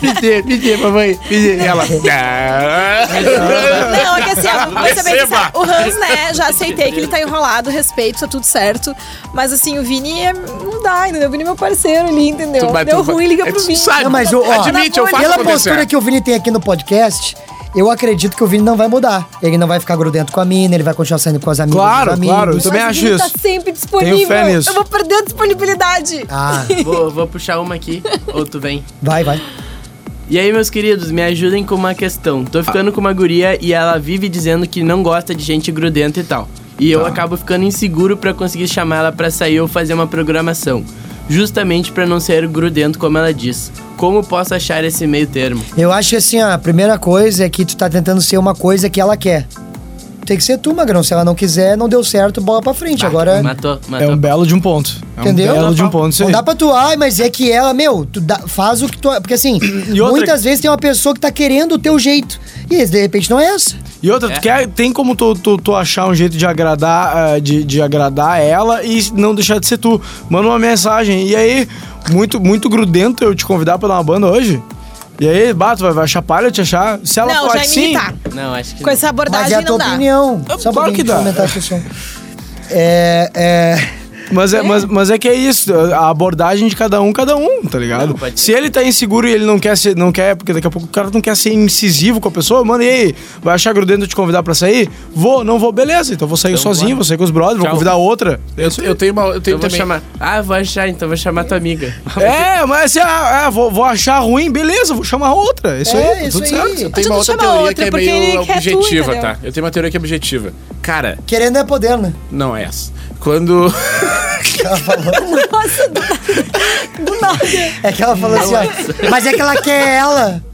Pedir, pedir, mamãe. Pedir. Ela. Ah.
Não, é que assim, ó, vou ser bem
Receba!
sincera. O Hans, né, já aceitei que ele tá enrolado, respeito, tá tudo certo. Mas assim, o Vini é- não dá, entendeu? O Vini é meu parceiro ali, entendeu?
Tu vai-
Deu
tu vai-
ruim, liga
é,
pro
tu
Vini.
sabe,
Não, Ah, mas o- ó,
admite, eu faço
Pela
acontecer.
postura que o Vini tem aqui no podcast, eu acredito que o Vini não vai mudar. Ele não vai ficar grudento com a mina, ele vai continuar saindo com as amigas.
Claro,
com os amigos.
claro, eu
Mas
também
o
acho
Vini
isso.
tá sempre disponível.
Tenho fé nisso.
Eu vou perder a disponibilidade.
Ah,
Vou, vou puxar uma aqui, ou tu vem.
vai, vai.
E aí, meus queridos, me ajudem com uma questão. Tô ficando com uma guria e ela vive dizendo que não gosta de gente grudenta e tal. E
Tá.
eu acabo ficando inseguro pra conseguir chamar ela pra sair ou fazer uma programação. Justamente pra não ser grudento, como ela diz. Como posso achar esse meio termo?
Eu acho que assim, ó, a primeira coisa é que tu tá tentando ser uma coisa que ela quer. Tem que ser tu, Magrão. Se ela não quiser, não deu certo, bola pra frente. Agora.
Matou,
É
tá
matou.
um belo de um ponto. É
Entendeu?
um belo de um ponto, isso
Não
aí.
dá pra tu, ai, mas é que ela, meu, tu dá- faz o que tu. Porque assim,
outra-
muitas vezes tem uma pessoa que tá querendo o teu jeito. E esse, de repente não é essa.
E outra, tu
É.
quer, tem como tu, tu, tu achar um jeito de agradar, ah, de, de agradar ela e não deixar de ser tu. Manda uma mensagem. E aí, muito, muito grudento eu te convidar pra dar uma banda hoje? E aí, bato, vai, vai achar palha te achar? Se ela assim,
não,
pode
já é me
sim.
irritar.
Não, acho que
Com
não.
essa
Mas é
abordagem
a tua
não dá.
opinião.
É
Só um
claro que
pouquinho, deixa eu
dá.
aumentar aqui o som. É, é,
Mas é, Mas, mas é que é isso, a abordagem de cada um, cada um, tá ligado?
Não, pode
Se ele tá inseguro e ele não quer ser, não quer, porque daqui a pouco o cara não quer ser incisivo com a pessoa, mano, e aí, vai achar grudento te convidar pra sair? Vou, não vou, beleza, então vou sair sozinho,
bora.
vou sair com os brothers, vou
Tchau.
convidar outra.
Eu, eu tenho uma. Eu tenho
Eu vou
também.
chamar. Ah, vou achar, então vou chamar tua amiga.
É, mas se ah, ah, vou, vou achar ruim, beleza, vou chamar outra. Isso
É,
aí, tá
isso
tudo
aí.
certo.
Eu tenho
tu
uma outra
chama
teoria
outra,
que é
porque
meio
ele quer tu,
objetiva,
entendeu?
tá? Eu tenho uma teoria que é objetiva. Cara,
querendo é poder, né?
não é essa. Quando.
Ela falou.
Nossa, do, do nada.
É que ela falou assim, ó. Mas é que ela quer ela.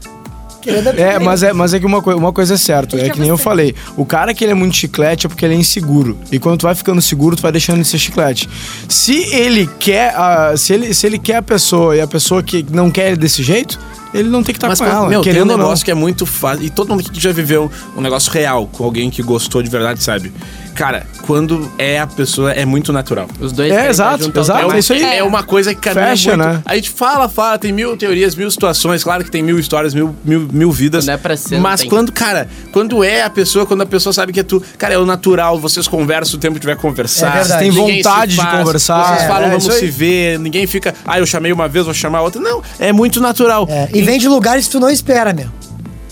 Querendo
É, mas é, mas é que uma, coi- uma coisa é certa, é que nem eu falei. O cara que ele é muito chiclete é porque ele é inseguro. E quando tu vai ficando seguro, tu vai deixando de ser chiclete. Se ele quer a, se ele, se ele quer a pessoa e a pessoa que não quer ele desse jeito, ele não tem que estar
Mas,
tá com ela.
meu, tem um
querendo ou não.
negócio que é muito fácil. E todo mundo que já viveu um negócio real com alguém que gostou de verdade sabe. Cara, quando é a pessoa, é muito natural.
Os dois
É,
querem estar
exato,
junto então ao
exato,
tempo.
é isso aí.
É uma coisa que caminha
Fecha,
muito.
né?
A gente fala, fala, tem mil teorias, mil situações, claro que tem mil histórias, mil, mil, mil vidas.
Quando é pra ser, não
mas
tem.
quando, cara, quando é a pessoa, quando a pessoa sabe que é tu, cara, é o natural, vocês conversam o tempo que tiver que conversar.
É verdade.
Tem
ninguém se
vontade de
faz,
conversar.
Vocês
É,
falam,
é
vamos
isso aí.
se ver, ninguém fica, ah, eu chamei uma vez, vou chamar outra. Não, é muito natural.
É, e vem de lugares que tu não espera, meu.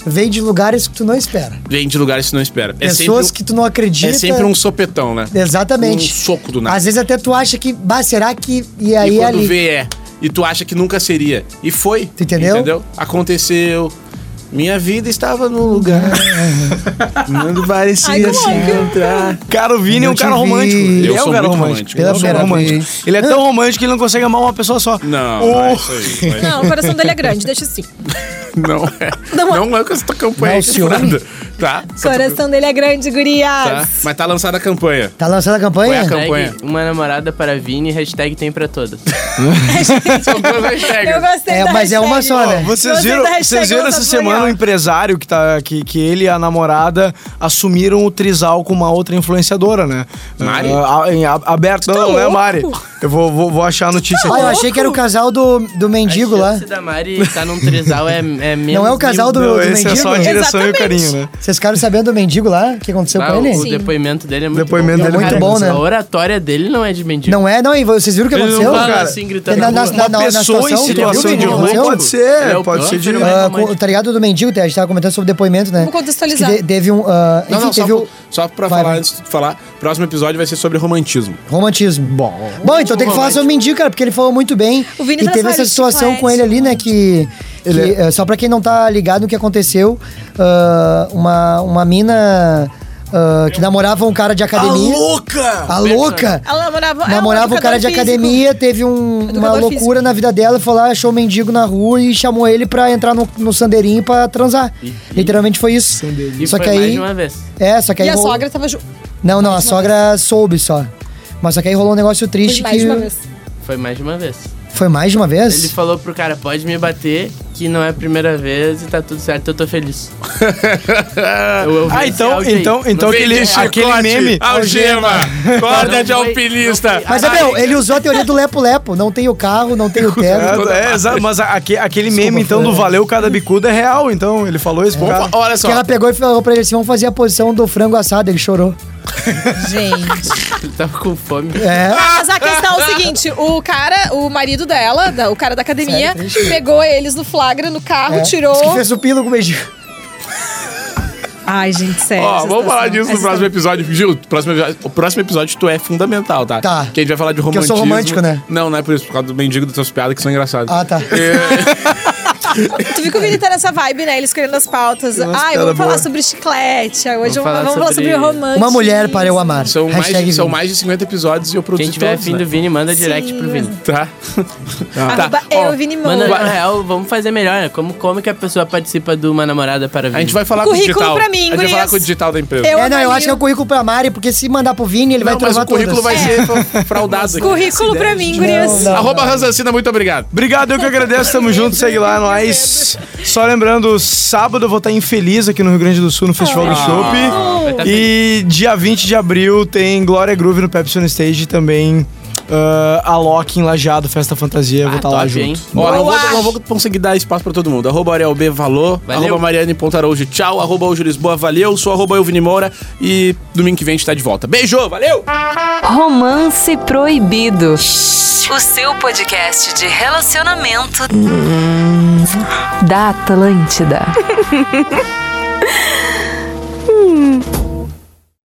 Vem de lugares que tu não espera.
Vem de lugares que não espera. É sempre,
Pessoas
um-
que tu não acredita.
é sempre um sopetão, né?
Exatamente.
Um soco do nada.
Às vezes até tu acha que, bah, será que. E aí
e
é
quando
ali.
vê é. E tu acha que nunca seria. E foi.
Tu entendeu?
Aconteceu. Minha vida estava num lugar. Não parecia assim, né?
Ai, que
se
louco.
encontrar.
Cara, o Vini é
Eu
um
te
cara
vi.
romântico. Ele
Eu
é
sou
um cara
muito romântico.
romântico. Ele é
Pela
super
primeira
romântico.
vez.
Ele é tão romântico que ele não consegue amar uma pessoa só.
Não,
O-
não é isso aí. não é-
Não, o coração dele é grande, deixa assim.
Não é.
Não é.
Não é com essa tua campanha
Não,
de
ciúme.
nada. Tá?
O coração dele é grande,
Tá?
gurias.
Mas tá lançada a campanha.
Tá lançando a
Ué,
campanha?
campanha.
Hashtag uma namorada para Vini, hashtag tem pra todas.
São duas
Eu
hashtags.
gostei
É,
da
mas é uma
hashtag.
só, né?
Vocês
Gostei
viram,
da hashtag
vocês viram
lança
essa
pro
semana um
Daniel.
empresário que, tá, que, que ele e a namorada assumiram o trisal com uma outra influenciadora, né?
Mari?
Ah, a- em a- aberto, não, não é a
louco?
Mari. Eu vou, vou, vou achar a notícia
Ah, tá eu
aqui.
achei que era o casal do, do
A
mendigo lá.
chance da Mari tá num trisal é, é menos...
Não é o casal do,
Não,
do
esse
mendigo?
é só a direção e o
Exatamente.
carinho, né?
Vocês ficaram sabendo do mendigo lá? O que aconteceu
Lá,
com
o
ele?
Sim.
depoimento dele é muito
Depoimento
bom.
dele
é muito
Cara,
bom, né?
A oratória dele não é de mendigo.
Não é, não, e vocês viram o que
Ele não
aconteceu?
fala
Fala
cara,
assim, gritando.
na-
na rua.
Uma pessoa em
situação, você viu
situação
que
de
ele
rua
aconteceu?
pode
Ele é
ser,
o
pode ser
próprio,
de
né?
Ah,
Romântico.
com- tá ligado do mendigo, a gente tava comentando sobre o depoimento, né?
Vamos contextualizar.
Que de- teve um. ah, enfim,
Não, não, só,
teve o
só pra
Vai,
falar,
vai.
antes de tu falar, próximo episódio vai ser sobre romantismo.
romantismo. Bom. Bom, então tem que falar sobre o mendigo, cara, porque ele falou muito bem.
O Vini
e
traz
teve essa
vários
situação com
chicletes.
ele ali, né? Que. que,
é-
eh, só pra quem não tá ligado no que aconteceu, ah, uma, uma mina ah, que namorava um cara de academia.
louca!
A louca!
Ela namorava, ela
um namorava um
É um educador
cara de
físico.
academia, teve um- uma
Educador
loucura
físico.
na vida dela, foi lá, achou um mendigo na rua e chamou ele pra entrar no, no sandeirinho pra transar. Literalmente foi isso.
E
Só
foi
que
mais
aí.
de uma vez.
É, só que aí.
E a
rolou-
sogra tava junto.
Não, não, a sogra soube só. Mas só que aí rolou um negócio triste
Mais
que.
de uma vez.
Foi mais de uma vez.
Foi mais de uma
Ele
vez?
falou pro cara, pode me bater, que não é a primeira vez e tá tudo certo, eu tô feliz. eu ouvi
Ah,
esse
então,
áudio aí.
então, então aquele,
Feliz
aquele
chicote,
meme.
Algema, corda
Não
de
foi-
alpinista.
não foi-
Mas é meu, ele usou a teoria do lepo-lepo. Não tem o carro, não tem o teto.
É, é, exato, mas a- aque- aquele meme, então, do valeu cada bicuda é real, então. Ele falou isso pro cara.
Opa, Olha
Que
só,
ela pegou e falou pra ele assim: vamos fazer a posição do frango assado. Ele chorou.
Gente.
Ele tava com fome.
É.
Mas a questão é o seguinte: o cara, o marido dela, da- o cara da academia,
Sério, triste.
pegou eles no flagra, no carro,
é.
tirou.
Diz que fez o pilo com o mendigo.
Ai, gente, sério.
Ó,
essa
É,
vamos falar
situação.
disso no
Essa
próximo episódio. Gil, próximo episódio- o próximo episódio tu é fundamental, tá?
Tá.
Que a gente vai falar de
Porque eu
romantismo.
sou romântico, né?
Não, não é por isso, por causa do mendigo das tuas piadas que são engraçadas.
Ah, tá.
É.
Tu viu que o Vini tá nessa vibe, né? Ele escolhendo as pautas. Ai,
piada
vamos falar
boa.
sobre chiclete. Ai, Hoje vamos,
falar
vamos falar sobre,
sobre-
romance.
Uma mulher para eu amar.
São, mais
Hashtag
de, são
Vini.
mais de 50 episódios e eu
Quem
produzi
tiver
todos,
afim do
né?
Vini, manda direct pro Vini.
Tá. Ah,
Arroba eu, É Vini
Manda,
Moura.
na real, vamos fazer melhor, né? Como, como que a pessoa participa de uma namorada para Vini?
A gente vai falar com o
Currículo
digital.
pra mim,
a gente vai
gurias.
falar com o digital da empresa.
Eu
É, não, eu
avalio.
acho que é o currículo pra Mari, porque se mandar pro Vini, ele vai
não, mas
travar
o currículo
todas.
vai
É.
ser fra- fraudado aqui.
Currículo pra mim, gurias.
Não, não.
Arroba Ranzancina, muito obrigado.
Obrigado, eu que agradeço, tamo junto, segue lá, nós. Só lembrando, sábado eu vou estar em Feliz aqui no Rio Grande do Sul, no Festival do
Ah. vai
Chopp.
tá
E dia 20 de abril tem Glória Groove no Pepsi on Stage e também ah, a Loki em Lajado, Festa Fantasia, eu vou
Ah,
estar lá
top,
junto.
hein?
Ó, não
Boa!
vou, não vou conseguir dar espaço pra todo mundo. Arroba Ariel B, valor.
Valeu.
Arroba Mariane Pontaroujo, tchau. Arroba Hoje Lisboa, valeu. Sou arroba eu, Vini Moura. E domingo que vem a gente tá de volta. Beijo, valeu!
Romance Proibido. O seu podcast de relacionamento da Atlântida.